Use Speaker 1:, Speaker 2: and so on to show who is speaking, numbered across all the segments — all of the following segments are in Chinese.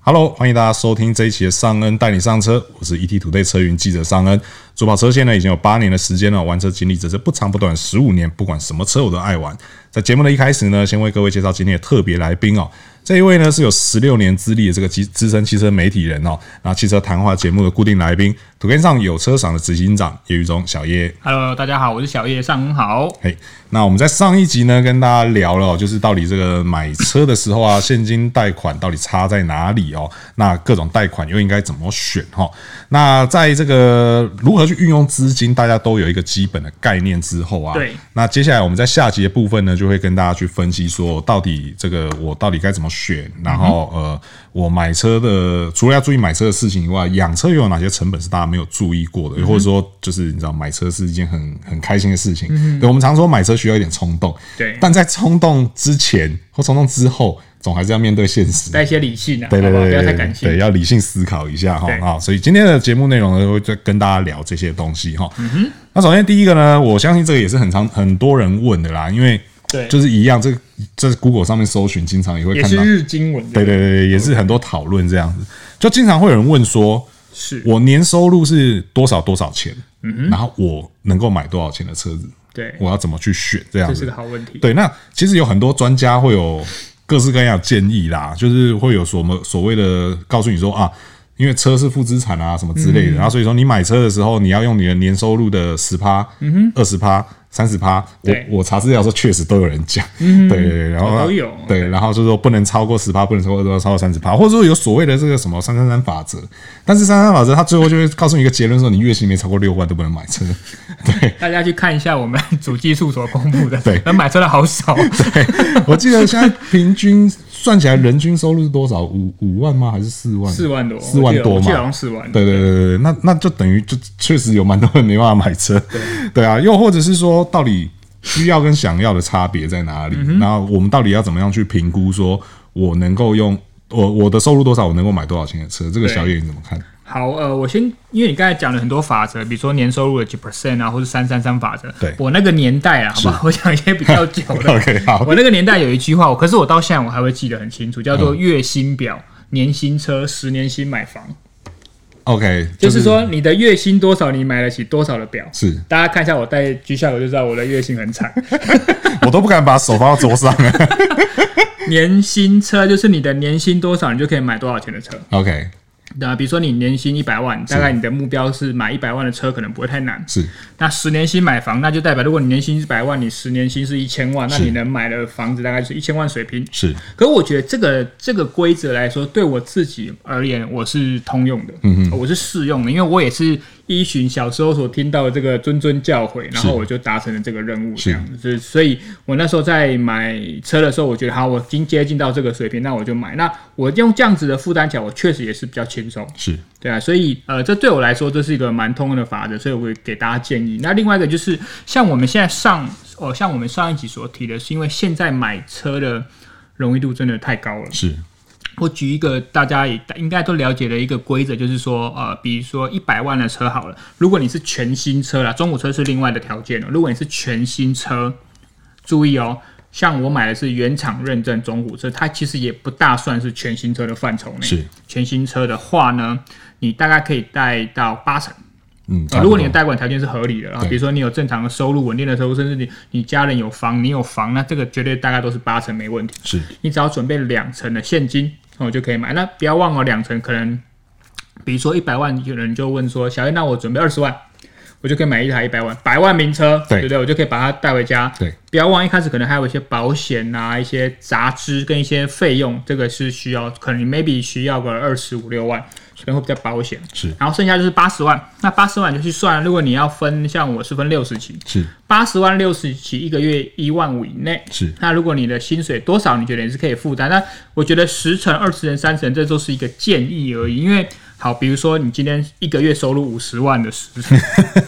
Speaker 1: Hello，欢迎大家收听这一期的尚恩带你上车，我是 ET 土 y 车云记者尚恩。主跑车线呢已经有八年的时间了，玩车经历则是不长不短十五年，不管什么车我都爱玩。在节目的一开始呢，先为各位介绍今天的特别来宾哦。这一位呢是有十六年资历的这个资资深汽车媒体人哦，然后汽车谈话节目的固定来宾，土根上有车赏的执行长叶玉忠小叶。
Speaker 2: Hello，大家好，我是小叶，上午好。
Speaker 1: 嘿，那我们在上一集呢跟大家聊了哦、就是到底这个买车的时候啊，现金贷款到底差在哪里哦？那各种贷款又应该怎么选哈、哦？那在这个如何去运用资金，大家都有一个基本的概念之后啊，
Speaker 2: 对
Speaker 1: 那接下来我们在下集的部分呢，就会跟大家去分析说，到底这个我到底该怎么选，然后呃，我买车的除了要注意买车的事情以外，养车又有哪些成本是大家没有注意过的，或者说就是你知道买车是一件很很开心的事情。对，我们常说买车需要一点冲动，
Speaker 2: 对
Speaker 1: 但在冲动之前或冲动之后，总还是要面对现实。
Speaker 2: 带一些理性啊，
Speaker 1: 对对
Speaker 2: 好不好
Speaker 1: 对，
Speaker 2: 不要太
Speaker 1: 对
Speaker 2: 感
Speaker 1: 对，
Speaker 2: 性。
Speaker 1: 要理性思考一下哈
Speaker 2: 对
Speaker 1: 啊。所以今天的节目内容呢，会再跟大家聊这些东西哈。
Speaker 2: 嗯
Speaker 1: 那首先第一个呢，我相信这个也是很常很多人问的啦，因为
Speaker 2: 对
Speaker 1: 就是一样，这个这是 Google 上面搜寻，经常也会
Speaker 2: 也
Speaker 1: 看
Speaker 2: 是
Speaker 1: 到，
Speaker 2: 日经文，
Speaker 1: 对对对，对也是很多讨论这样子，就经常会有人问说，
Speaker 2: 是，
Speaker 1: 我年收入是多少多少钱，
Speaker 2: 嗯
Speaker 1: 然后我能够买多少钱的车子，
Speaker 2: 对，
Speaker 1: 我要怎么去选这样
Speaker 2: 这
Speaker 1: 子
Speaker 2: 是个？好问题。
Speaker 1: 对，那其实有很多专家会有各式各样的建议啦，就是会有什么所谓的告诉你说啊，因为车是负资产啊什么之
Speaker 2: 嗯
Speaker 1: 类的，然后所以说你买车的时候，你要用你的年收入的十趴、二十趴、三十趴。我
Speaker 2: 嗯对
Speaker 1: 我查资料的时候确实都有人讲，对对对，然后
Speaker 2: 哦都有
Speaker 1: 对，然后就是说不能超过十趴，不能超过多少，超过三十趴，或者说有所谓的这个什么三三三法则，但是三三法则它最后就会告诉你一个结论说，你月薪没超过六万都不能买车，对。
Speaker 2: 大家去看一下我们主技术所公布的，
Speaker 1: 对
Speaker 2: 那买车的好少，
Speaker 1: 对， 我记得现在平均算起来，人均收入是多少？五五万吗？还是四万？
Speaker 2: 四万多，
Speaker 1: 四万多
Speaker 2: 我记得我记得好
Speaker 1: 嘛
Speaker 2: 像。四万。
Speaker 1: 对对对对对，那那就等于就确实有蛮多人没办法买车， 对啊，又或者是说，到底需要跟想要的差别在哪
Speaker 2: 嗯
Speaker 1: 里？然后我们到底要怎么样去评估？说我能够用我我的收入多少，我能够买多少钱的车？这个
Speaker 2: 对
Speaker 1: 小叶你怎么看？
Speaker 2: 好，呃，我先，因为你刚才讲了很多法则，比如说年收入的几 percent 啊，或是三三三法则。
Speaker 1: 对
Speaker 2: 我那个年代啊，好吧，我讲一些比较久的。
Speaker 1: OK，好
Speaker 2: 我那个年代有一句话，我可是我到现在我还会记得很清楚，叫
Speaker 1: 嗯
Speaker 2: 做月薪表、年薪车、十年薪买房。
Speaker 1: ，OK，
Speaker 2: 就是说你的月薪多少，你买得起多少的表。
Speaker 1: 是
Speaker 2: 大家看一下我戴 G Shock 就知道我的月薪很 惨。
Speaker 1: 我都不敢把手放到桌上 了
Speaker 2: 年薪车就是你的年薪多少，你就可以买多少钱的车。
Speaker 1: ，OK，
Speaker 2: 那比如说你年薪一百万，大概你的目标是买一百万的车，可能不会太难。
Speaker 1: 是
Speaker 2: 那十年薪买房，那就代表如果你年薪一百万，你十年薪是一千万，那你能买的房子大概就是一千万水平。
Speaker 1: 是
Speaker 2: 可我觉得这个这个规则来说，对我自己而言，我是通用的，我是适用的，因为我也是依循小时候所听到的这个谆谆教诲，然后我就达成了这个任务，这样子。所以我那时候在买车的时候，我觉得好，我已经接近到这个水平，那我就买。那我用这样子的负担起来，我确实也是比较轻松。
Speaker 1: 是
Speaker 2: 对啊，所以呃，这对我来说这是一个蛮通用的法则，所以我会给大家建议。那另外一个就是，像我们现在上哦，像我们上一集所提的，是因为现在买车的容易度真的太高了。
Speaker 1: 是
Speaker 2: 我举一个大家也应该都了解的一个规则，就是说呃，比如说一百万的车好了，如果你是全新车啦，中古车是另外的条件哦了。如果你是全新车，注意哦。像我买的是原厂认证中古车，它其实也不大算是全新车的范畴内。
Speaker 1: 是，
Speaker 2: 全新车的话呢，你大概可以贷到八成。
Speaker 1: 嗯，
Speaker 2: 啊、
Speaker 1: 差不
Speaker 2: 如果你
Speaker 1: 多
Speaker 2: 的贷款条件是合理的，啊，
Speaker 1: 对
Speaker 2: 比如说你有正常的收入、稳定的收入，甚至你你家人有房，你有房，那这个绝对大概都是八成没问题。
Speaker 1: 是
Speaker 2: 你只要准备两成的现金，哦就可以买。那不要忘了两成可能，比如说一百万，有人就问说，小叶，那我准备二十万。我就可以买一台一百万百万名车，
Speaker 1: 对
Speaker 2: 不对？我就可以把它带回家。
Speaker 1: 对，
Speaker 2: 不要忘，一开始可能还有一些保险啊、一些杂支跟一些费用，这个是需要，可能 maybe 需要个二十五六万，可能会比较保险。
Speaker 1: 是
Speaker 2: 然后剩下就是八十万，那八十万你就去算，如果你要分，像我是分六十期，
Speaker 1: 是
Speaker 2: 八十万六十期一个月一万五以内。
Speaker 1: 是
Speaker 2: 那如果你的薪水多少，你觉得你是可以负担？那我觉得十成、二十成、三成，这都是一个建议而已。因为好，比如说你今天一个月收入五十万的十成，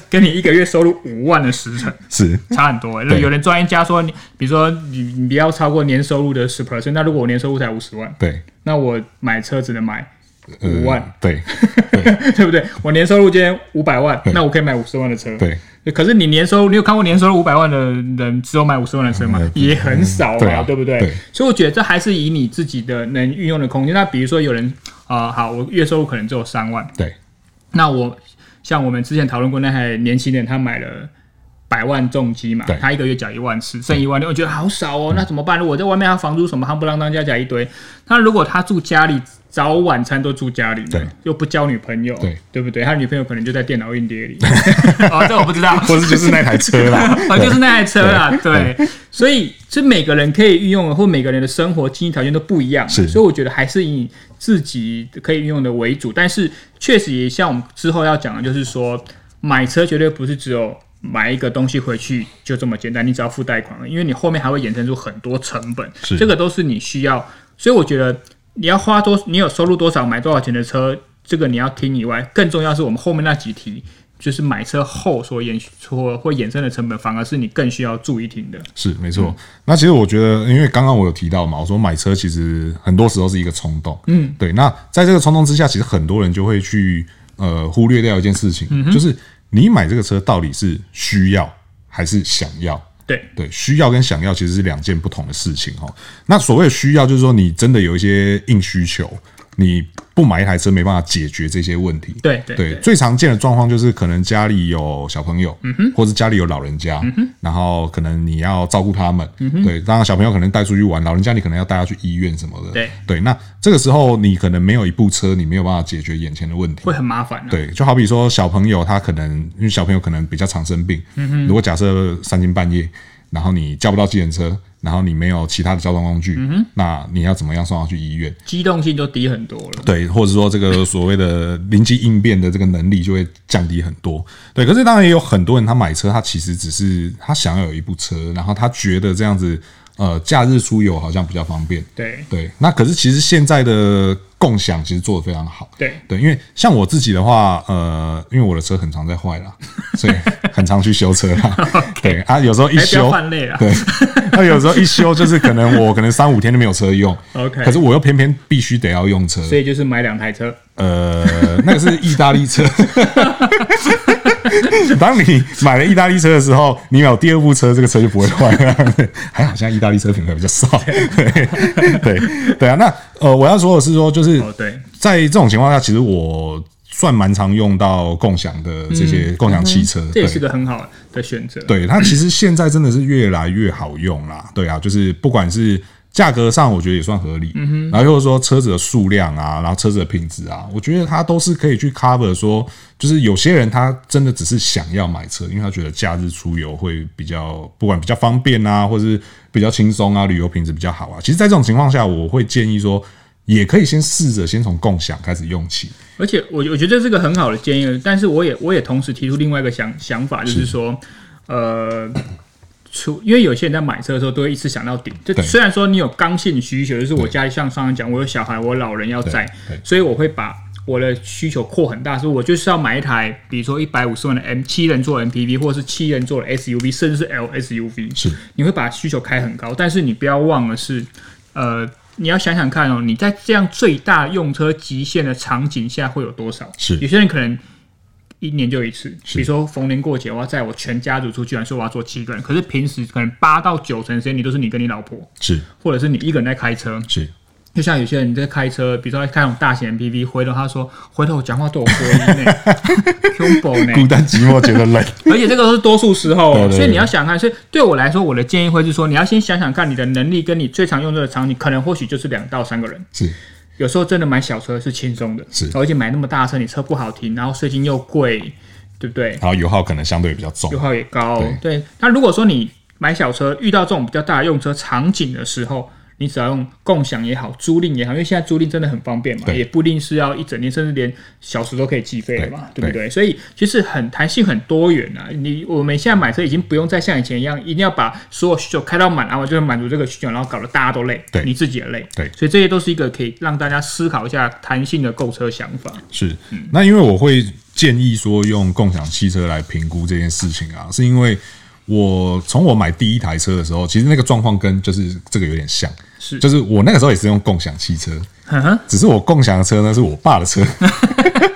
Speaker 2: 跟你一个月收入五万的十成，
Speaker 1: 是
Speaker 2: 差很多、欸。有人专家说，你比如说你你不要超过年收入的十 percent，那如果我年收入才五十万，
Speaker 1: 对
Speaker 2: 那我买车只能买
Speaker 1: 呃
Speaker 2: 五万，
Speaker 1: 对
Speaker 2: 对不对？我年收入今天五百万，那我可以买五十万的车。
Speaker 1: 对。
Speaker 2: 可是你年收入，你有看过年收入五百万的人只有买五十万的车吗？
Speaker 1: 嗯
Speaker 2: 也很少嘛，
Speaker 1: 对啊
Speaker 2: 对不对？
Speaker 1: 对
Speaker 2: 所以我觉得这还是以你自己的能运用的空间。那比如说有人呃，好，我月收入可能只有三万，
Speaker 1: 对，
Speaker 2: 那我像我们之前讨论过那台年轻人，他买了。百万重机嘛
Speaker 1: 对，嗯
Speaker 2: 他一个月缴一万四，剩一万六，我觉得好少哦。那怎么办？如果在外面他房租什么夯不啷当加起来一堆，那如果他住家里，早晚餐都住家里呢
Speaker 1: 对，
Speaker 2: 又不交女朋友，
Speaker 1: 对
Speaker 2: 对不对？他女朋友可能就在电脑硬碟里， 哦，这我不知道，，
Speaker 1: 或者就是那台车啦
Speaker 2: 啊，就是那台车啦，对，所以这每个人可以运用的，或每个人的生活经济条件都不一样，
Speaker 1: 是
Speaker 2: 所以我觉得还是以自己可以运用的为主，但是确实也像我们之后要讲的，就是说买车绝对不是只有。买一个东西回去就这么简单，你只要付贷款了，因为你后面还会衍生出很多成本，
Speaker 1: 是
Speaker 2: 这个都是你需要。所以我觉得你要花多，你有收入多少，买多少钱的车，这个你要听以外，更重要是我们后面那几题，就是买车后所衍所会衍生的成本，反而是你更需要注意听的。
Speaker 1: 是没错。那其实我觉得，因为刚刚我有提到嘛，我说买车其实很多时候是一个冲动，嗯，对。那在这个冲动之下，其实很多人就会去呃忽略掉一件事情，就是你买这个车到底是需要还是想要？
Speaker 2: 对，
Speaker 1: 对，需要跟想要其实是两件不同的事情哈。那所谓的需要，就是说你真的有一些硬需求，你不买一台车没办法解决这些问题。
Speaker 2: 对对
Speaker 1: 对，
Speaker 2: 对
Speaker 1: 最常见的状况就是可能家里有小朋友，嗯哼，或是家里有老人家，嗯哼，然后可能你要照顾他们，嗯哼，对，当然小朋友可能带出去玩，老人家你可能要带他去医院什么的，
Speaker 2: 对
Speaker 1: 对，那这个时候你可能没有一部车，你没有办法解决眼前的问题，
Speaker 2: 会很麻烦、啊。
Speaker 1: 对，就好比说小朋友他可能因为小朋友可能比较常生病，如果假设三更半夜，然后你叫不到计程车，然后你没有其他的交通工具，那你要怎么样送他去医院？
Speaker 2: 机动性就低很多了。
Speaker 1: 对，或者说这个所谓的临机应变的这个能力就会降低很多。对，可是当然也有很多人他买车，他其实只是他想要有一部车，然后他觉得这样子，呃，假日出游好像比较方便。
Speaker 2: 对
Speaker 1: 对，那可是其实现在的共享其实做的非常好。
Speaker 2: 对
Speaker 1: 对，因为像我自己的话，呃，因为我的车很常在 坏啦，所以很常去修车啦。对啊，有时候一
Speaker 2: 哎不要
Speaker 1: 修，
Speaker 2: 犯累啦
Speaker 1: 对，那有时候一修就是可能我可能三五天都没有车用
Speaker 2: OK
Speaker 1: 可是我又偏偏必须得要用车，
Speaker 2: 所以就是买两台车，
Speaker 1: 呃，那个是意大利车。 当你买了意大利车的时候，你有第二部车，这个车就不会坏了。还好，现在意大利车品牌比较少。 对对对啊，那呃，我要说的是说，就是
Speaker 2: 哦对
Speaker 1: 在这种情况下，其实我算蛮常用到共享的这些共享汽车，
Speaker 2: 这
Speaker 1: 对。
Speaker 2: 也是个很好的选择。
Speaker 1: 对它其实现在真的是越来越好用啦，对啊，就是不管是价格上，我觉得也算合理，嗯、然后又是说车子的数量啊，然后车子的品质啊，我觉得它都是可以去 cover 说，就是有些人他真的只是想要买车，因为他觉得假日出游会比较，不管比较方便啊，或是比较轻松啊，旅游品质比较好啊。其实，在这种情况下，我会建议说。也可以先试着先从共享开始用起，
Speaker 2: 而且我我觉得这是个很好的建议，但是我也我也同时提出另外一个想想法，就是说，呃，除因为有些人在买车的时候都会一次想到顶，就
Speaker 1: 对
Speaker 2: 虽然说你有刚性需求，就是我家里像上面讲，我有小孩，我有老人要在
Speaker 1: 对对，
Speaker 2: 所以我会把。我的需求扩很大，所以我就是要买一台，比如说一百五十万的 M 七人座的 MPV，或者是七人座的 SUV，甚至是 LSUV。
Speaker 1: 是
Speaker 2: 你会把需求开很高，但是你不要忘了是，呃，你要想想看哦，你在这样最大用车极限的场景下会有多少？
Speaker 1: 是
Speaker 2: 有些人可能一年就一次，
Speaker 1: 是
Speaker 2: 比如说逢年过节，我要带我全家族出去玩，说我要坐七个人，可是平时可能八到九成时间你都是你跟你老婆，
Speaker 1: 是
Speaker 2: 或者是你一个人在开车，
Speaker 1: 是，
Speaker 2: 就像有些人在开车，比如说在开那种大型 MPV，回头他说回头我讲话都有回音呢 ，combo 呢，
Speaker 1: 孤单寂寞觉得冷，
Speaker 2: 而且这个都是多数时候
Speaker 1: 对
Speaker 2: 哦，
Speaker 1: 对对
Speaker 2: 所以你要想看。所以对我来说，我的建议会是说，你要先想想看你的能力跟你最常用到的场景，可能或许就是两到三个人。
Speaker 1: 是
Speaker 2: 有时候真的买小车是轻松的，
Speaker 1: 是
Speaker 2: 而且买那么大的车，你车不好停，然后税金又贵，对不对？
Speaker 1: 然后油耗可能相对比较重
Speaker 2: 油，耗也高。
Speaker 1: 哦
Speaker 2: 哦
Speaker 1: 对
Speaker 2: 对，那如果说你买小车遇到这种比较大的用车场景的时候，你只要用共享也好，租赁也好，因为现在租赁真的很方便嘛，
Speaker 1: 对
Speaker 2: 也不一定是要一整天，甚至连小时都可以计费了嘛，
Speaker 1: 对
Speaker 2: 对不对？所以其实很弹性很多元啊。你我们现在买车已经不用再像以前一样，一定要把所有需求开到满，然后就是满足这个需求，然后搞得大家都累，
Speaker 1: 对
Speaker 2: 你自己也累，
Speaker 1: 对
Speaker 2: 所以这些都是一个可以让大家思考一下弹性的购 车想法。
Speaker 1: 是，那因为我会建议说用共享汽车来评估这件事情啊，是因为我从我买第一台车的时候，其实那个状况跟就是这个有点像，
Speaker 2: 是
Speaker 1: 就是我那个时候也是用共享汽车，
Speaker 2: 嗯哼，
Speaker 1: 只是我共享的车呢是我爸的车，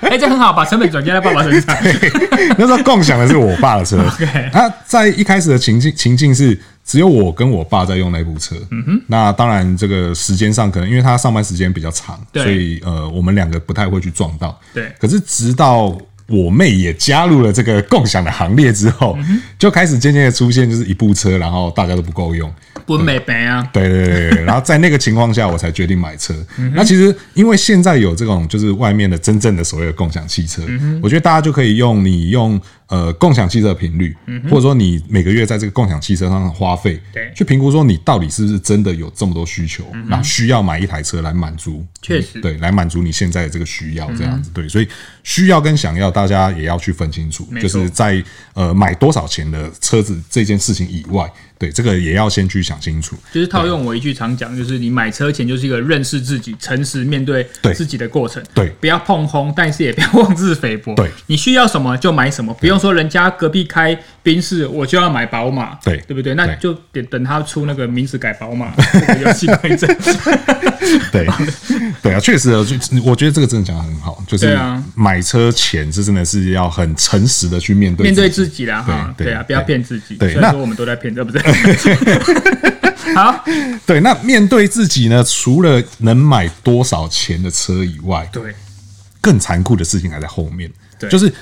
Speaker 2: 哎，这很好，把成本转嫁在爸爸身上。
Speaker 1: 那时候共享的是我爸的车。
Speaker 2: OK
Speaker 1: 那在一开始的情境情境是只有我跟我爸在用那部车。嗯哼，那当然这个时间上可能因为他上班时间比较长，
Speaker 2: 对
Speaker 1: 所以呃我们两个不太会去撞到。
Speaker 2: 对
Speaker 1: 可是直到我妹也加入了这个共享的行列之后，
Speaker 2: 嗯
Speaker 1: 就开始渐渐的出现就是一部车，然后大家都不够用。
Speaker 2: 不美白啊，
Speaker 1: 对对对对，然后在那个情况下，我才决定买车。
Speaker 2: 嗯
Speaker 1: 那其实因为现在有这种就是外面的真正的所谓的共享汽
Speaker 2: 嗯
Speaker 1: 车，我觉得大家就可以用你用呃共享汽车的频率，或者说你每个月在这个共享汽车上的花费
Speaker 2: 嗯对，嗯
Speaker 1: 去评估说你到底是不是真的有这么多需求，然后需要买一台车来满足，
Speaker 2: 确实嗯
Speaker 1: 对，来满足你现在的这个需要这样子。对，所以需要跟想要大家也要去分清楚，
Speaker 2: 没
Speaker 1: 就
Speaker 2: 错
Speaker 1: 是在呃买多少钱的车子这件事情以外，对这个也要先去想清楚。
Speaker 2: 就是套用我一句常讲，就是你买车前就是一个认识自己、诚实面对
Speaker 1: 对
Speaker 2: 自己的过程。
Speaker 1: 对
Speaker 2: 不要碰轰，但是也不要妄自菲薄。
Speaker 1: 对，
Speaker 2: 你需要什么就买什么，不用说人家隔壁开宾士，我就要买宝马。
Speaker 1: 对
Speaker 2: 对不对？那
Speaker 1: 对
Speaker 2: 就得等他出那个名字改宝 马，这个游戏规则。
Speaker 1: 对，对啊，确实，就我觉得这个真的讲的很好，就是
Speaker 2: 对啊
Speaker 1: 买车前是真的是要很诚实的去面对
Speaker 2: 面对
Speaker 1: 己。
Speaker 2: 自己啦，哈，
Speaker 1: 对
Speaker 2: 对啊，
Speaker 1: 对
Speaker 2: 不要骗自己。
Speaker 1: 对
Speaker 2: 虽
Speaker 1: 那
Speaker 2: 然说我们都在骗，对 不对？好，
Speaker 1: 对，那面对自己呢，除了能买多少钱的车以外，
Speaker 2: 对，
Speaker 1: 更残酷的事情还在后面。
Speaker 2: 对
Speaker 1: 就是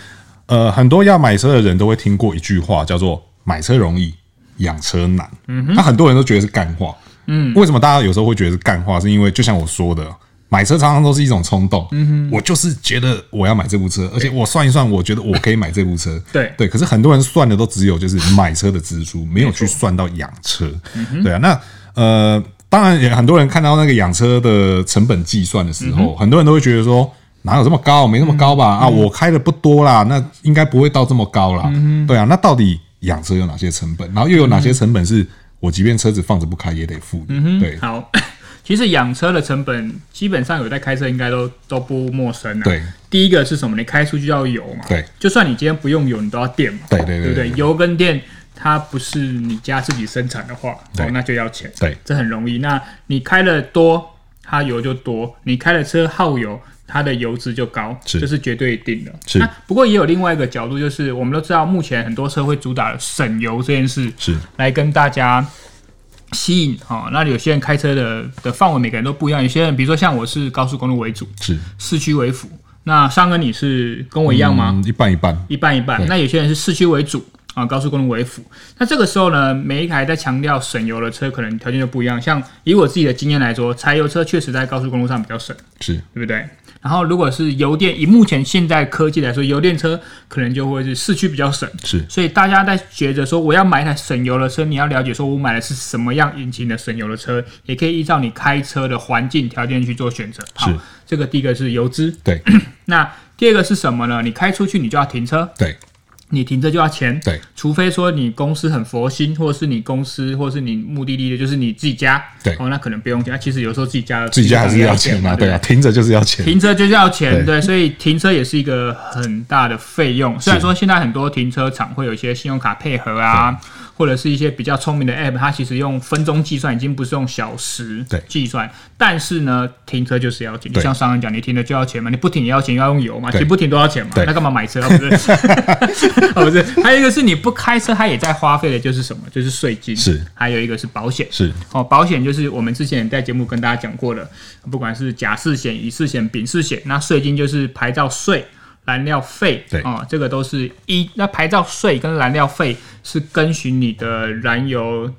Speaker 1: 呃，很多要买车的人都会听过一句话，叫做“买车容易，养车难”。嗯那很多人都觉得是干话。嗯，为什么大家有时候会觉得是干话？是因为就像我说的。买车常常都是一种冲动，嗯我就是觉得我要买这部车，而且我算一算，我觉得我可以买这部车，
Speaker 2: 对
Speaker 1: 对。可是很多人算的都只有就是买车的支出，没有去算到养车，
Speaker 2: 嗯
Speaker 1: 对啊。那呃，当然也很多人看到那个养车的成本计算的
Speaker 2: 嗯
Speaker 1: 时候，很多人都会觉得说，哪有这么高？没那么高吧？啊，我开的不多啦，那应该不会到这么高啦。
Speaker 2: 嗯
Speaker 1: 对啊，那到底养车有哪些成本？然后又有哪些成本是我即便车子放着不开也得付的？
Speaker 2: 嗯
Speaker 1: 对
Speaker 2: 好。其实养车的成本基本上有在开车，应该都都不陌生啊。
Speaker 1: 对，
Speaker 2: 第一个是什么？你开出去要油嘛。
Speaker 1: 对，
Speaker 2: 就算你今天不用油，你都要电嘛。
Speaker 1: 对对对
Speaker 2: 对不
Speaker 1: 对
Speaker 2: 对？油跟电它不是你家自己生产的话，
Speaker 1: 对
Speaker 2: 哦，那就要钱。
Speaker 1: 对
Speaker 2: 这很容易。那你开的多，它油就多；你开的车耗油，它的油脂就高，
Speaker 1: 是
Speaker 2: 这是绝对定的。
Speaker 1: 是
Speaker 2: 那不过也有另外一个角度，就是我们都知道，目前很多车会主打省油这件事，
Speaker 1: 是
Speaker 2: 来跟大家吸引哈、哦。那有些人开车的的范围，每个人都不一样。有些人，比如说像我是高速公路为主，
Speaker 1: 是，
Speaker 2: 市区为辅。那上哥你是跟我一样吗？
Speaker 1: 嗯，一半一半，
Speaker 2: 一半一半。那有些人是市区为主啊，高速公路为辅。那这个时候呢，每一台在强调省油的车，可能条件就不一样。像以我自己的经验来说，柴油车确实在高速公路上比较省，
Speaker 1: 是
Speaker 2: 对不对？然后如果是油电，以目前现在科技来说，油电车可能就会是市区比较省。
Speaker 1: 是
Speaker 2: 所以大家在学着说我要买一台省油的车，你要了解说我买的是什么样引擎的省油的车，也可以依照你开车的环境条件去做选择。好
Speaker 1: 是，
Speaker 2: 这个第一个是油资，
Speaker 1: 对
Speaker 2: 那第二个是什么呢？你开出去你就要停车，
Speaker 1: 对
Speaker 2: 你停车就要钱，
Speaker 1: 对
Speaker 2: 除非说你公司很佛心，或是你公司或是你目的地的就是你自己家，
Speaker 1: 对
Speaker 2: 哦，那可能不用钱。啊其实有时候自己家
Speaker 1: 自己家还是要钱嘛，对
Speaker 2: 对不
Speaker 1: 啊，停着就是要钱，
Speaker 2: 停车就是要钱，
Speaker 1: 对
Speaker 2: 对，所以停车也是一个很大的费用。虽然说现在很多停车场会有一些信用卡配合啊，或者是一些比较聪明的 app，它其实用分钟计算，已经不是用小时
Speaker 1: 对
Speaker 2: 计算。但是呢，停车就是要钱，就
Speaker 1: 对
Speaker 2: 像商人讲，你停了就要钱嘛，你不停也要钱，又要用油嘛，
Speaker 1: 对
Speaker 2: 你不停都要钱嘛
Speaker 1: 对，
Speaker 2: 那干嘛买车、啊？不是，哦不是， 还有一个是你不开车，它也在花费的就是什么？就是税金，
Speaker 1: 是，
Speaker 2: 还有一个是保险，
Speaker 1: 是
Speaker 2: 哦，保险就是我们之前在节目跟大家讲过的，不管是甲式险、乙式险、丙式险，那税金就是牌照税、燃料费，
Speaker 1: 对
Speaker 2: 哦，这个都是一。那牌照税跟燃料费是跟循你的燃油，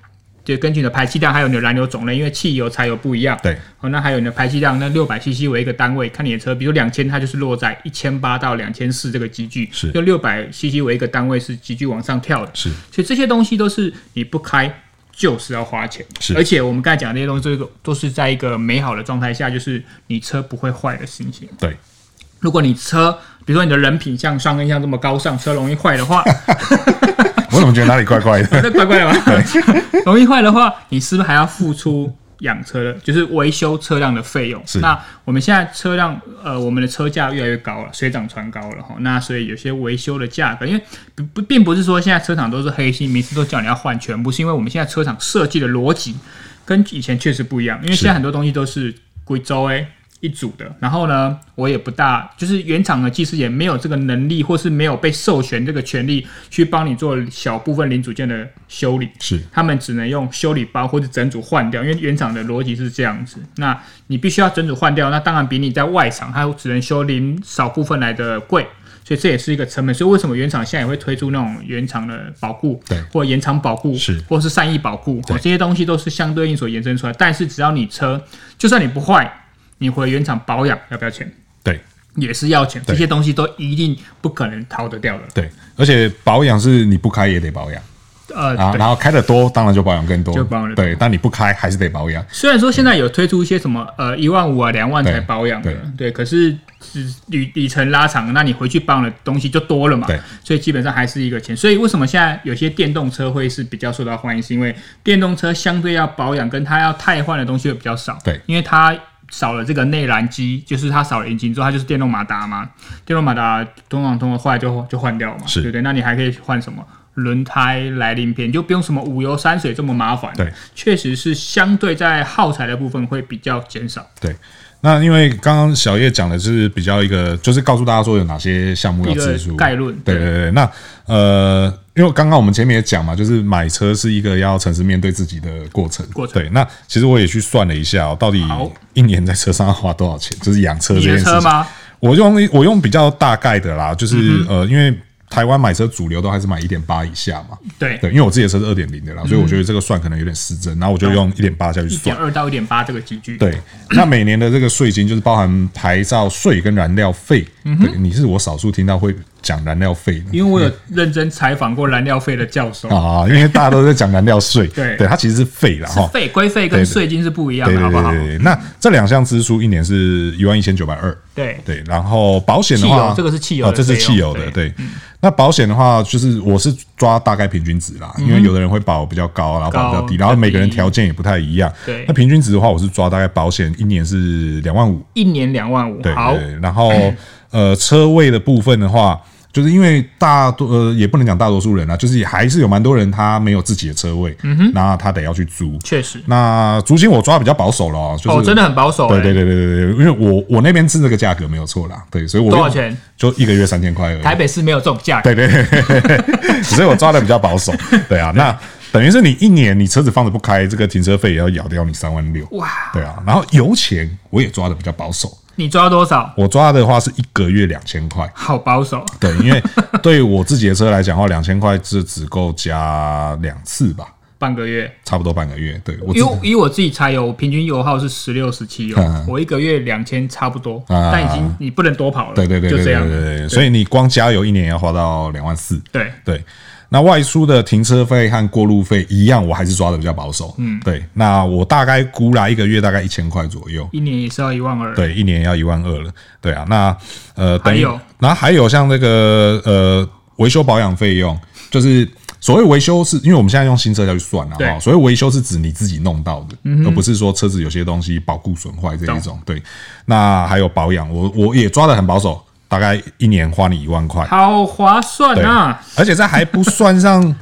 Speaker 2: 就根据你的排气量还有你的燃油种类，因为汽油、柴油不一样。
Speaker 1: 对
Speaker 2: 哦，那还有你的排气量，那六百 CC 为一个单位，看你的车，比如两千，它就是落在一千八到两千四这个集距，
Speaker 1: 是
Speaker 2: 用六百 CC 为一个单位是集距往上跳的，
Speaker 1: 是，
Speaker 2: 所以这些东西都是你不开就是要花钱，
Speaker 1: 是
Speaker 2: 而且我们刚才讲的那些东西，这个都是在一个美好的状态下，就是你车不会坏的心情。
Speaker 1: 对
Speaker 2: 如果你车，比如说你的人品像上跟像这么高尚，车容易坏的话，
Speaker 1: 我怎么觉得哪里怪怪的？
Speaker 2: 那怪怪的吧？容易坏的话，你是不是还要付出养车的，就是维修车辆的费用
Speaker 1: 是？
Speaker 2: 那我们现在车辆，呃，我们的车价越来越高了，水涨船高了哈。那所以有些维修的价格，因为不不并不是说现在车厂都是黑心，每次都叫你要换全部，是因为我们现在车厂设计的逻辑跟以前确实不一样，因为现在很多东西都是贵州哎。一组的，然后呢，我也不大，就是原厂的技师也没有这个能力，或是没有被授权这个权利去帮你做小部分零组件的修理，
Speaker 1: 是
Speaker 2: 他们只能用修理包或者整组换掉，因为原厂的逻辑是这样子。那你必须要整组换掉，那当然比你在外厂它只能修零少部分来的贵。所以这也是一个成本，所以为什么原厂现在也会推出那种原厂的保固，
Speaker 1: 对
Speaker 2: 或延长保固，
Speaker 1: 是
Speaker 2: 或是善意保固，哦这些东西都是相对应所延伸出来。但是只要你车，就算你不坏，你回原厂保养要不要钱？
Speaker 1: 对
Speaker 2: 也是要钱，
Speaker 1: 对
Speaker 2: 这些东西都一定不可能逃得掉的。
Speaker 1: 对，而且保养是你不开也得保养
Speaker 2: 呃，
Speaker 1: 啊，
Speaker 2: 对
Speaker 1: 然后开的多，当然就保养更多，
Speaker 2: 就保养得多
Speaker 1: 对，但你不开还是得保养，
Speaker 2: 虽然说现在有推出一些什么呃一万五啊两万才保养的
Speaker 1: 对，
Speaker 2: 对，可是只里里程拉长，那你回去保养的东西就多了嘛，
Speaker 1: 对，
Speaker 2: 所以基本上还是一个钱。所以为什么现在有些电动车会是比较受到欢迎，是因为电动车相对要保养跟它要汰换的东西会比较少，
Speaker 1: 对
Speaker 2: 因为它。少了这个内燃机，就是它少了引擎之后，它就是电动马达嘛。电动马达通常通常坏就就换掉嘛，
Speaker 1: 是
Speaker 2: 对不对？那你还可以换什么轮胎、来临片，你就不用什么五油三水这么麻烦。
Speaker 1: 对，
Speaker 2: 确实是相对在耗材的部分会比较减少。
Speaker 1: 对。那因为刚刚小叶讲的是比较一个，就是告诉大家说有哪些项目要
Speaker 2: 一个
Speaker 1: 支出
Speaker 2: 概论
Speaker 1: 对对对，那呃，因为刚刚我们前面也讲嘛，就是买车是一个要诚实面对自己的过程。
Speaker 2: 过程
Speaker 1: 对，那其实我也去算了一下、哦，到底
Speaker 2: 好
Speaker 1: 一年在车上要花多少钱，就是养车这
Speaker 2: 你
Speaker 1: 件
Speaker 2: 的
Speaker 1: 事
Speaker 2: 车
Speaker 1: 情。
Speaker 2: 吗？
Speaker 1: 我用我用比较大概的啦，
Speaker 2: 嗯
Speaker 1: 就是、呃，因为台湾买车主流都还是买一点八以下嘛。
Speaker 2: 对，
Speaker 1: 对，因为我自己的车是二点零的啦，所以
Speaker 2: 嗯
Speaker 1: 我觉得这个算可能有点失真，然后我就用一点八下去
Speaker 2: 一点
Speaker 1: 算。
Speaker 2: 二到一点八这个集距。，
Speaker 1: 对，那每年的这个税金就是包含牌照税跟燃料费。
Speaker 2: 嗯
Speaker 1: 对，你是我少数听到会讲燃料费的
Speaker 2: 因为我有认真采访过燃料费的教授，
Speaker 1: 啊，因为大家都在讲燃料税。
Speaker 2: 对
Speaker 1: 对，它其实是费啦。哈。
Speaker 2: 费规费
Speaker 1: 哦对
Speaker 2: 跟
Speaker 1: 对
Speaker 2: 税金是不一样
Speaker 1: 对
Speaker 2: 的，
Speaker 1: 对
Speaker 2: 好不
Speaker 1: 对
Speaker 2: 好？
Speaker 1: 对对，那这两项支出一年是一万一千九百二。
Speaker 2: 对，
Speaker 1: 对，然后保险的话，
Speaker 2: 汽油这个是汽油的
Speaker 1: 哦这是
Speaker 2: 费用嗯
Speaker 1: 汽油的，对。那保险的话，就是我是抓大概平均值啦，因为有的人会保比较高，啊然后保比较
Speaker 2: 嗯高
Speaker 1: 低，然后每个人
Speaker 2: 比较
Speaker 1: 条
Speaker 2: 低
Speaker 1: 件也不太一样。
Speaker 2: 对
Speaker 1: 那平均值的话，我是抓大概保险一年是两万五，
Speaker 2: 一年两万五
Speaker 1: 对，，
Speaker 2: 好，
Speaker 1: 对然 后呃，车位的部分的话，就是因为大多呃也不能讲大多数人啦，就是也还是有蛮多人他没有自己的车位，嗯哼，那他得要去租。
Speaker 2: 确实，
Speaker 1: 那租金我抓比较保守了哦，就是、
Speaker 2: 哦，真的很保守，
Speaker 1: 对对
Speaker 2: 欸，
Speaker 1: 对对对对，因为我我那边是这个价格没有错啦，对，所以我
Speaker 2: 多少
Speaker 1: 用
Speaker 2: 钱？
Speaker 1: 就一个月三千块而已。
Speaker 2: 台北市没有这种价格，
Speaker 1: 对对对， 所以我抓的比较保守。对啊，那等于是你一年你车子放着不开，这个停车费也要咬掉你三万六。
Speaker 2: 哇，
Speaker 1: 对啊，然后油钱我也抓的比较保守，
Speaker 2: 你抓多少？
Speaker 1: 我抓的话是一个月两千块。
Speaker 2: 好保守，
Speaker 1: 对，因为对我自己的车来讲的话，两千块是只够加两次吧，
Speaker 2: 半个月。
Speaker 1: 差不多半个月。对我自
Speaker 2: 因
Speaker 1: 己
Speaker 2: 为以我自己柴油，我平均油耗是十六十七
Speaker 1: 嗯
Speaker 2: 油，我一个月两千差不多，
Speaker 1: 啊
Speaker 2: 但已经你不能多跑了，
Speaker 1: 对对对
Speaker 2: 就
Speaker 1: 对
Speaker 2: 这
Speaker 1: 对
Speaker 2: 样
Speaker 1: 对，对对，所以你光加油一年要花到两万四。
Speaker 2: 对，
Speaker 1: 对，那外出的停车费和过路费一样，我还是抓的比较保守。嗯，对，那我大概估啦，一个月大概一千块左右。
Speaker 2: 一年也是要一万二，
Speaker 1: 对，一年要一万二了。对啊，那呃，等于
Speaker 2: 还有，
Speaker 1: 然后还有像那个呃，维修保养费用，就是所谓维修是，因为我们现在用新车要去算了
Speaker 2: 对嗯
Speaker 1: 哈，所谓维修是指你自己弄到的，而不是说车子有些东西保固损坏这一种。对，那还有保养，我我也抓的很保守，大概一年花你一万块。
Speaker 2: 好划算
Speaker 1: 对
Speaker 2: 啊！，
Speaker 1: 而且这还不算上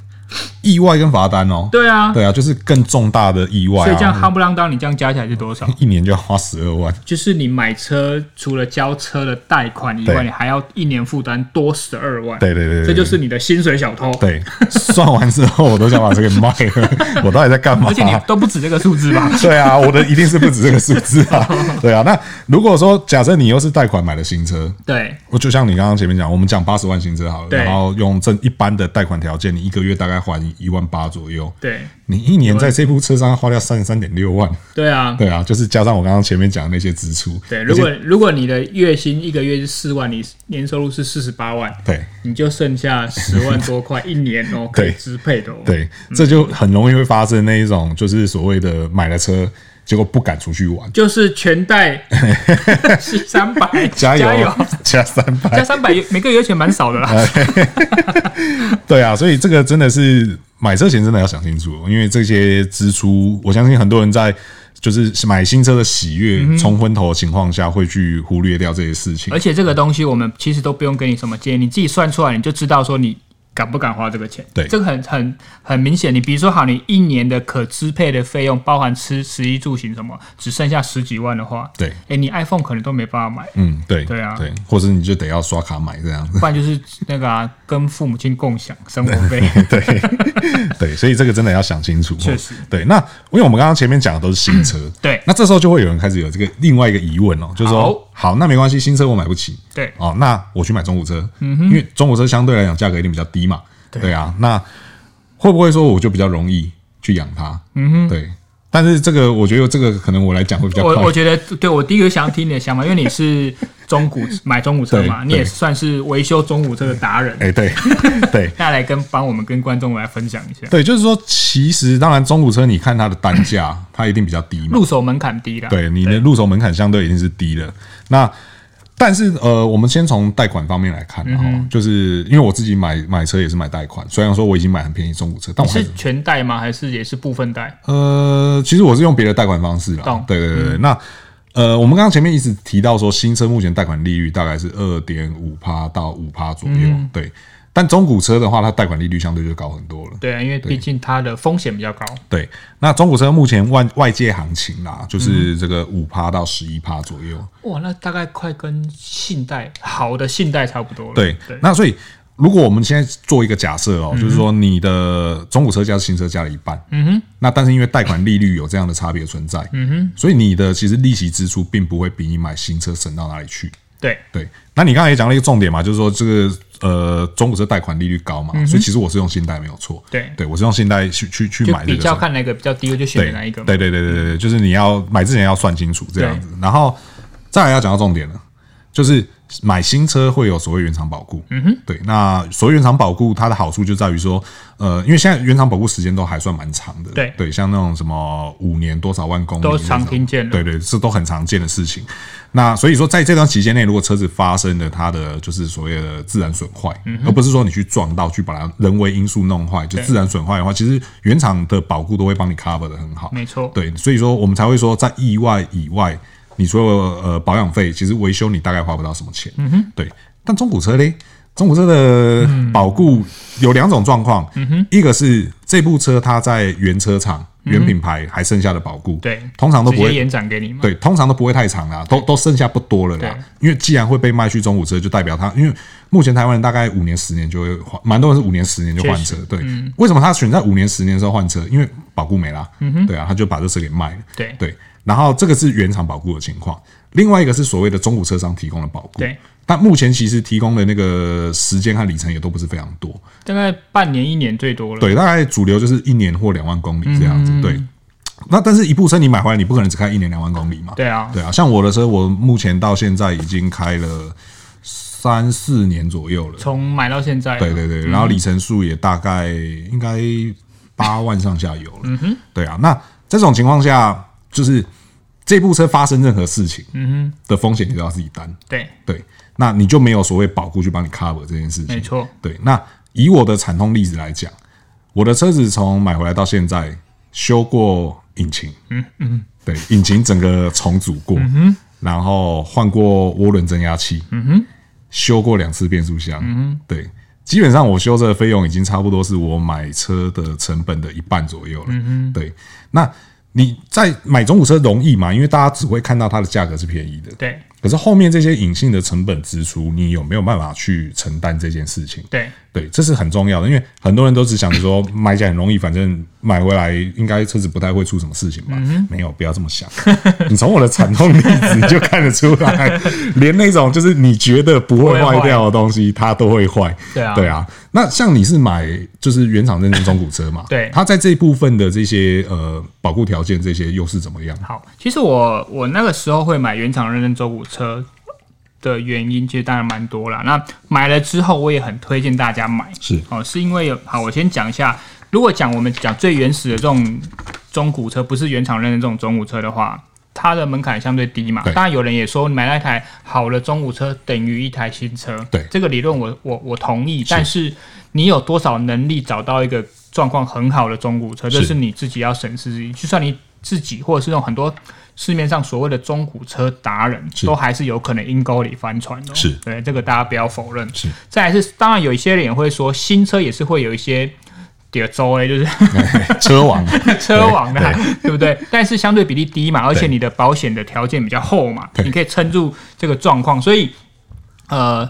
Speaker 1: 意外跟罚单哦。
Speaker 2: 对啊，
Speaker 1: 对啊，就是更重大的意外
Speaker 2: 所以这样
Speaker 1: 啊，
Speaker 2: 夯不啷当，你这样加起来是多少？
Speaker 1: 一年就要花十二万。
Speaker 2: 就是你买车除了交车的贷款以
Speaker 1: 对
Speaker 2: 外，你还要一年负担多十二万，
Speaker 1: 对对对对，
Speaker 2: 这就是你的薪水小偷。
Speaker 1: 对。算完之后，我都想把这个卖 了，我到底在干嘛？
Speaker 2: 而且你都不止这个数字吧？
Speaker 1: 对啊，我的一定是不止这个数字 啊。对啊，那如果说假设你又是贷款买的新车，
Speaker 2: 对，
Speaker 1: 我就像你刚刚前面讲，我们讲八十万新车好了，
Speaker 2: 对
Speaker 1: 然后用正一般的贷款条件，你一个月大概还一万八左右，
Speaker 2: 对，
Speaker 1: 你一年在这部车上花掉三十三点六万。
Speaker 2: 对啊。
Speaker 1: 对啊，就是加上我刚刚前面讲的那些支出。
Speaker 2: 对，
Speaker 1: 而
Speaker 2: 如
Speaker 1: 且
Speaker 2: 果如果你的月薪一个月是四万，你年收入是四十八万，
Speaker 1: 对
Speaker 2: 你就剩下十万多块一年哦， 可以支配的哦。
Speaker 1: 对，这就很容易会发生那一种，就是所谓的买了车，结果不敢出去玩，
Speaker 2: 就是全贷 三百，
Speaker 1: 加油
Speaker 2: 加油，
Speaker 1: 加三
Speaker 2: 加
Speaker 1: 百，
Speaker 2: 三百，每个月钱蛮少的啦。
Speaker 1: 对啊，所以这个真的是买车前真的要想清楚，哦因为这些支出，我相信很多人在。就是买新车的喜悦
Speaker 2: 嗯
Speaker 1: 冲昏头的情况下，会去忽略掉这些事情
Speaker 2: 而。且这个东西我们其实都不用给你什么建议，你自己算出来你就知道说你。敢不敢花这个钱？
Speaker 1: 对
Speaker 2: 这个很很很明显。你比如说，好，你一年的可支配的费用，包含吃、食衣住行什么，只剩下十几万的话，
Speaker 1: 对，
Speaker 2: 哎、你 iPhone 可能都没办法买，
Speaker 1: 嗯，对，
Speaker 2: 对啊
Speaker 1: 对，或者你就得要刷卡买这样子。
Speaker 2: 不然就是那个啊，跟父母亲共享生活 费。
Speaker 1: 对对，所以这个真的要想清楚。哦
Speaker 2: 确实，
Speaker 1: 对。那因为我们刚刚前面讲的都是新车，
Speaker 2: 对
Speaker 1: 那这时候就会有人开始有这个另外一个疑问哦，就是说，好，那没关系，新车我买不起，
Speaker 2: 对
Speaker 1: 哦，那我去买中古车，因为中古车相对来讲价格一定比较低嘛，
Speaker 2: 嗯对
Speaker 1: 对啊，那会不会说我就比较容易去养它？嗯哼，对。但是这个，我觉得这个可能我来讲会比较
Speaker 2: 我
Speaker 1: 快
Speaker 2: 我。觉得，对我第一个想要听你的想法，因为你是中古买中古车嘛，
Speaker 1: 对
Speaker 2: 你也
Speaker 1: 对
Speaker 2: 算是维修中古车的达人。
Speaker 1: 哎，对 对
Speaker 2: 那来跟帮我们跟观众来分享一下，
Speaker 1: 对，就是说，其实当然中古车，你看它的单价，它一定比较低嘛。
Speaker 2: 入手门槛低啦。
Speaker 1: 对，你的入手门槛相对一定是低的。那但是呃，我们先从贷款方面来
Speaker 2: 嗯
Speaker 1: 看哈、就是因为我自己买买车也是买贷款，虽然说我已经买很便宜中古车，但我还
Speaker 2: 是
Speaker 1: 是
Speaker 2: 全贷吗？还是也是部分贷？
Speaker 1: 呃，其实我是用别的贷款方式啦
Speaker 2: 懂。嗯
Speaker 1: 对对对对，那。呃，我们刚刚前面一直提到说，新车目前贷款利率大概是二点五趴到五趴左右、
Speaker 2: 嗯
Speaker 1: 对。但中古车的话，它贷款利率相对就高很多了。
Speaker 2: 对啊，因为毕竟它的风险比较高。
Speaker 1: 对，那中古车目前外外界行情啦，
Speaker 2: 嗯
Speaker 1: 就是这个五趴到十一趴左右。
Speaker 2: 哇，那大概快跟信贷好的信贷差不多了。
Speaker 1: 对，
Speaker 2: 对，
Speaker 1: 那所以如果我们现在做一个假设哦，就是说你的中古车价是新车价的一半，嗯哼，那但是因为贷款利率有这样的差别存在，嗯哼，所以你的其实利息支出并不会比你买新车省到哪里去。
Speaker 2: 对
Speaker 1: 对，那你刚才也讲了一个重点嘛，就是说这个呃中古车贷款利率高嘛，所以其实我是用信贷没有错，
Speaker 2: 对
Speaker 1: 嗯对我是用信贷去去去
Speaker 2: 就
Speaker 1: 买这
Speaker 2: 比
Speaker 1: 个车
Speaker 2: 较。看哪个比较低，我就
Speaker 1: 对
Speaker 2: 选哪一个嘛。
Speaker 1: 对对对对对对，就是你要买之前要算清楚这样子，然后再来要讲到重点了，就是买新车会有所谓原厂保固。嗯哼，对，那所谓原厂保固，它的好处就在于说，呃，因为现在原厂保固时间都还算蛮长的，
Speaker 2: 对
Speaker 1: 对，像那种什么五年多少万公里
Speaker 2: 都
Speaker 1: 那种
Speaker 2: 常听见了
Speaker 1: 对对，这都很常见的事情。那所以说，在这段期间内，如果车子发生了它的就是所谓的自然损坏，而不是说你去撞到去把它人为因素弄坏，就自然损坏的话，其实原厂的保固都会帮你 cover 的很好。
Speaker 2: 没错。
Speaker 1: 对，所以说我们才会说，在意外以外，你除了呃保养费，其实维修你大概花不到什么钱。嗯哼，对。但中古车嘞，中古车的保固有两种状况，嗯哼，嗯一个是这部车它在原车厂、原品牌还剩下的保固，
Speaker 2: 对
Speaker 1: 通常都
Speaker 2: 直
Speaker 1: 不
Speaker 2: 接
Speaker 1: 会。
Speaker 2: 延展给你嘛。
Speaker 1: 对，通常都不会太长啦，都都剩下不多了啦
Speaker 2: 嗯对。
Speaker 1: 因为既然会被卖去中古车，就代表它，因为目前台湾人大概五年、十年就会换，蛮多人是五年、十年就换车
Speaker 2: 确实。嗯
Speaker 1: 对，为什么他选在五年、十年的时候换车？因为保固没啦，对啊，他就把这车给卖了。
Speaker 2: 嗯对
Speaker 1: 对，然后这个是原厂保固的情况，另外一个是所谓的中古车商提供的保固。
Speaker 2: 对，
Speaker 1: 但目前其实提供的那个时间和里程也都不是非常多，
Speaker 2: 大概半年一年最多了。
Speaker 1: 对，大概主流就是一年或两万公里这样子。
Speaker 2: 嗯
Speaker 1: 对，那但是一部车你买回来，你不可能只开一年两万公里嘛。
Speaker 2: 对啊，
Speaker 1: 对啊，像我的车，我目前到现在已经开了三四年左右了。
Speaker 2: 从买到现在。啊
Speaker 1: 对对对，然后里程数也大概应该八万上下有了。嗯哼，对啊，那这种情况下，就是这部车发生任何事情，嗯哼，的风险你都要自己担。
Speaker 2: 对，
Speaker 1: 对，那你就没有所谓保护去帮你 cover 这件事情。
Speaker 2: 没错。
Speaker 1: 对，那以我的惨痛例子来讲，我的车子从买回来到现在修过引擎，嗯嗯，对，引擎整个重组过，嗯、然后换过涡轮增压器，嗯哼，修过两次变速箱，嗯对。基本上我修这个费用已经差不多是我买车的成本的一半左右了。嗯对，那你在买中古车容易嘛？因为大家只会看到它的价格是便宜的，
Speaker 2: 对
Speaker 1: 可是后面这些隐性的成本支出，你有没有办法去承担这件事情？
Speaker 2: 对
Speaker 1: 对，这是很重要的，因为很多人都只想着说买起来很容易，反正买回来应该车子不太会出什么事情
Speaker 2: 嗯
Speaker 1: 吧？没有，不要这么想。你从我的惨痛例子你就看得出来，连那种就是你觉得不会坏掉的东西，它都会坏。
Speaker 2: 对啊
Speaker 1: 对啊。那像你是买就是原厂认证中古车嘛？
Speaker 2: 对
Speaker 1: 它在这一部分的这些呃保护条件这些又是怎么样？
Speaker 2: 好，其实我我那个时候会买原厂认证中古车的原因，其实当然蛮多啦。那买了之后，我也很推荐大家买，
Speaker 1: 是
Speaker 2: 哦，是因为有好，我先讲一下，如果讲我们讲最原始的这种中古车，不是原厂认证这种中古车的话。它的门槛相对低嘛，
Speaker 1: 对
Speaker 2: 当然有人也说买那台好的中古车等于一台新车，
Speaker 1: 对
Speaker 2: 这个理论我我我同意，但是你有多少能力找到一个状况很好的中古车，这
Speaker 1: 是
Speaker 2: 是你自己要审视自己。就算你自己或者是那种很多市面上所谓的中古车达人，都还是有可能阴沟里翻船的、哦。
Speaker 1: 是
Speaker 2: 对这个大家不要否认。
Speaker 1: 是，
Speaker 2: 再来是，当然有一些人也会说，新车也是会有一些。第二周 哎，就是
Speaker 1: 车 王，
Speaker 2: 车网的，对不对？但是相对比例低嘛，而且你的保险的条件比较厚嘛，你可以撑住这个状况。所以，呃，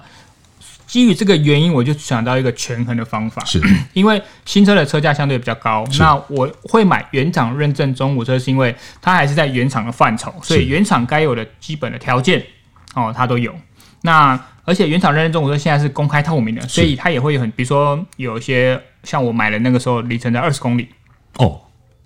Speaker 2: 基于这个原因，我就想到一个权衡的方法。
Speaker 1: 是
Speaker 2: 因为新车的车价相对比较高，
Speaker 1: 是
Speaker 2: 那我会买原厂认证中古车，是因为它还是在原厂的范畴，所
Speaker 1: 是
Speaker 2: 以原厂该有的基本的条件哦，它都有。那而且原厂认证中古车现在是公开透明的，所以它也会有很，比如说有一些像我买的那个时候里程在二十公里，
Speaker 1: 哦，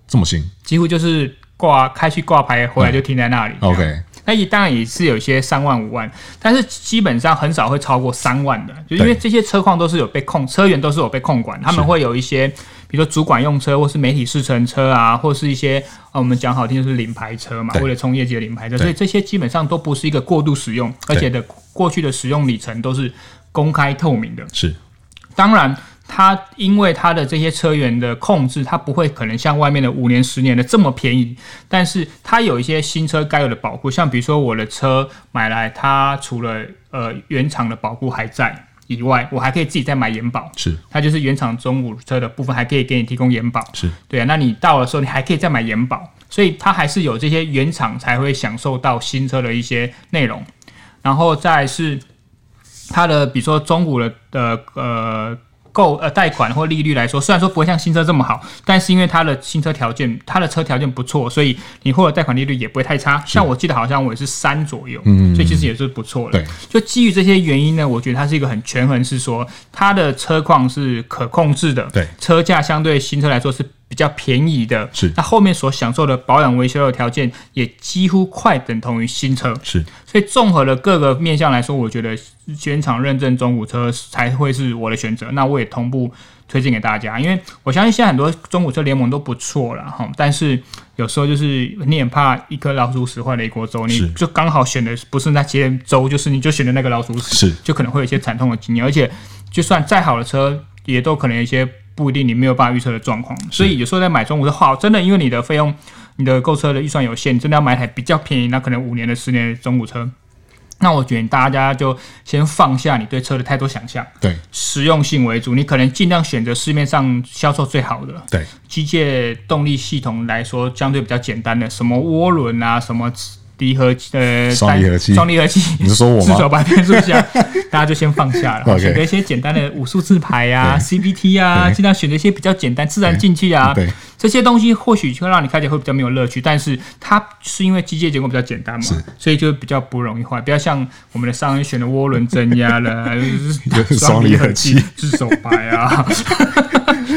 Speaker 1: 这么新
Speaker 2: 几乎就是挂开去挂牌，回来就停在那里。
Speaker 1: 嗯，OK，
Speaker 2: 那也当然也是有一些三万五万，但是基本上很少会超过三万的，就因为
Speaker 1: 对
Speaker 2: 这些车况都是有被控，车源都是有被控管，他们会有一些，比如说主管用车或是媒体试乘车啊，或是一些呃我们讲好听就是领牌车嘛，
Speaker 1: 对
Speaker 2: 为了冲业绩的领牌
Speaker 1: 对
Speaker 2: 车，所以这些基本上都不是一个过度使用，而且的过去的使用里程都是公开透明的。
Speaker 1: 是
Speaker 2: 当然，它因为它的这些车源的控制，它不会可能像外面的五年、十年的这么便宜，但是它有一些新车该有的保护，像比如说我的车买来，它除了呃原厂的保护还在以外，我还可以自己再买延保。
Speaker 1: 是
Speaker 2: 它就是原厂中古车的部分，还可以给你提供延保。
Speaker 1: 是，
Speaker 2: 对啊，那你到的时候，你还可以再买延保，所以它还是有这些原厂才会享受到新车的一些内容。然后再来是它的，比如说中古的的呃购呃贷款或利率来说，虽然说不会像新车这么好，但是因为它的新车条件，它的车条件不错，所以你获得贷款利率也不会太差。像我记得好像我也是三左右，所以其实也是不错的。
Speaker 1: 对，
Speaker 2: 就基于这些原因呢，我觉得它是一个很权衡，是说它的车况是可控制的，
Speaker 1: 对
Speaker 2: 车价相对新车来说是比较便宜的，
Speaker 1: 是
Speaker 2: 那后面所享受的保养维修的条件也几乎快等同于新车，
Speaker 1: 是
Speaker 2: 所以综合了各个面向来说，我觉得原厂认证中古车才会是我的选择。那我也同步推荐给大家，因为我相信现在很多中古车联盟都不错了哈。但是有时候就是你很怕一颗老鼠屎坏了一锅粥，
Speaker 1: 是
Speaker 2: 你就刚好选的不是那些粥，就是你就选的那个老鼠屎，
Speaker 1: 是
Speaker 2: 就可能会有一些惨痛的经验。而且就算再好的车，也都可能有一些不一定你没有办法预测的状况。所以有时候在买中古车，好，真的因为你的费用。你的购车的预算有限，你真的要买台比较便宜，那可能五年的、十年的中古车，那我觉得大家就先放下你对车的太多想象，
Speaker 1: 对
Speaker 2: 实用性为主，你可能尽量选择市面上销售最好的
Speaker 1: 对
Speaker 2: 机械动力系统来说，相对比较简单的，什么涡轮啊，什么离合器呃
Speaker 1: 双离合器
Speaker 2: 单双离合器，
Speaker 1: 你是说我吗
Speaker 2: 四手排变速箱， 大家就先放下了，
Speaker 1: OK
Speaker 2: 选择一些简单的五数字牌啊、CVT 啊，
Speaker 1: 对
Speaker 2: 尽量选择一些比较简单、自然进气啊，
Speaker 1: 对
Speaker 2: 这些东西或许会让你开起来会比较没有乐趣，但是它是因为机械结构比较简单嘛，所以就比较不容易坏。不要像我们的上一选的涡轮增压了， 就是
Speaker 1: 双离合器、
Speaker 2: 自手排啊，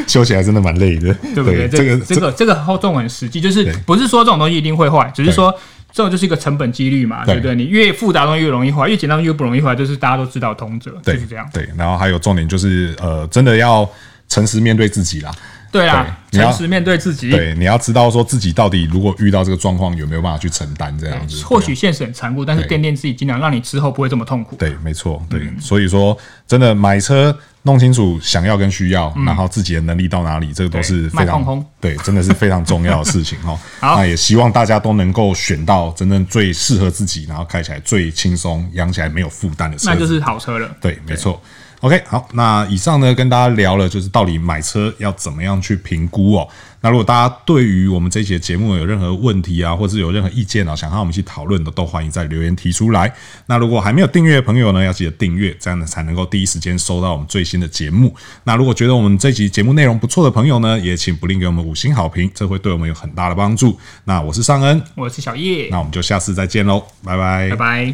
Speaker 1: 修起来真的蛮累的，
Speaker 2: 对不对？
Speaker 1: 这个
Speaker 2: 这个这个后重很实际，就是
Speaker 1: 对
Speaker 2: 不是说这种东西一定会坏，只是说。这种就是一个成本几率嘛，
Speaker 1: 对
Speaker 2: 对不对？你越复杂的东西越容易坏，越简单的东西越不容易坏，就是大家都知道通则，就
Speaker 1: 对
Speaker 2: 是这样。
Speaker 1: 对，然后还有重点就是呃，真的要诚实面对自己啦。
Speaker 2: 对啦，
Speaker 1: 对你要
Speaker 2: 诚实面对自己，
Speaker 1: 对，你要知道说自己到底如果遇到这个状况有没有办法去承担这样子。
Speaker 2: 或许现实很残酷，但是
Speaker 1: 对
Speaker 2: 掂掂自己斤两，让你之后不会这么痛苦。
Speaker 1: 对，没错，对，
Speaker 2: 嗯
Speaker 1: 所以说真的买车弄清楚想要跟需要，然后自己的能力到哪里，这个都是
Speaker 2: 嗯对
Speaker 1: 非
Speaker 2: 卖
Speaker 1: 常
Speaker 2: 空空
Speaker 1: 对，真的是非常重要的事 情哦。
Speaker 2: 好
Speaker 1: 那也希望大家都能够选到真正最适合自己，然后开起来最轻松、养起来没有负担的车子。
Speaker 2: 那就是好车了。
Speaker 1: 对，没错。OK，好，那以上呢跟大家聊了，就是到底买车要怎么样去评估哦。那如果大家对于我们这一期的节目有任何问题啊，或者有任何意见啊，想和我们一起讨论的，都欢迎在留言提出来。那如果还没有订阅的朋友呢，要记得订阅，这样呢才能够第一时间收到我们最新的节目。那如果觉得我们这期节目内容不错的朋友呢，也请不吝给我们五星好评，这会对我们有很大的帮助。那我是尚恩，
Speaker 2: 我是小叶
Speaker 1: 那，我们就下次再见喽，拜
Speaker 2: 拜拜。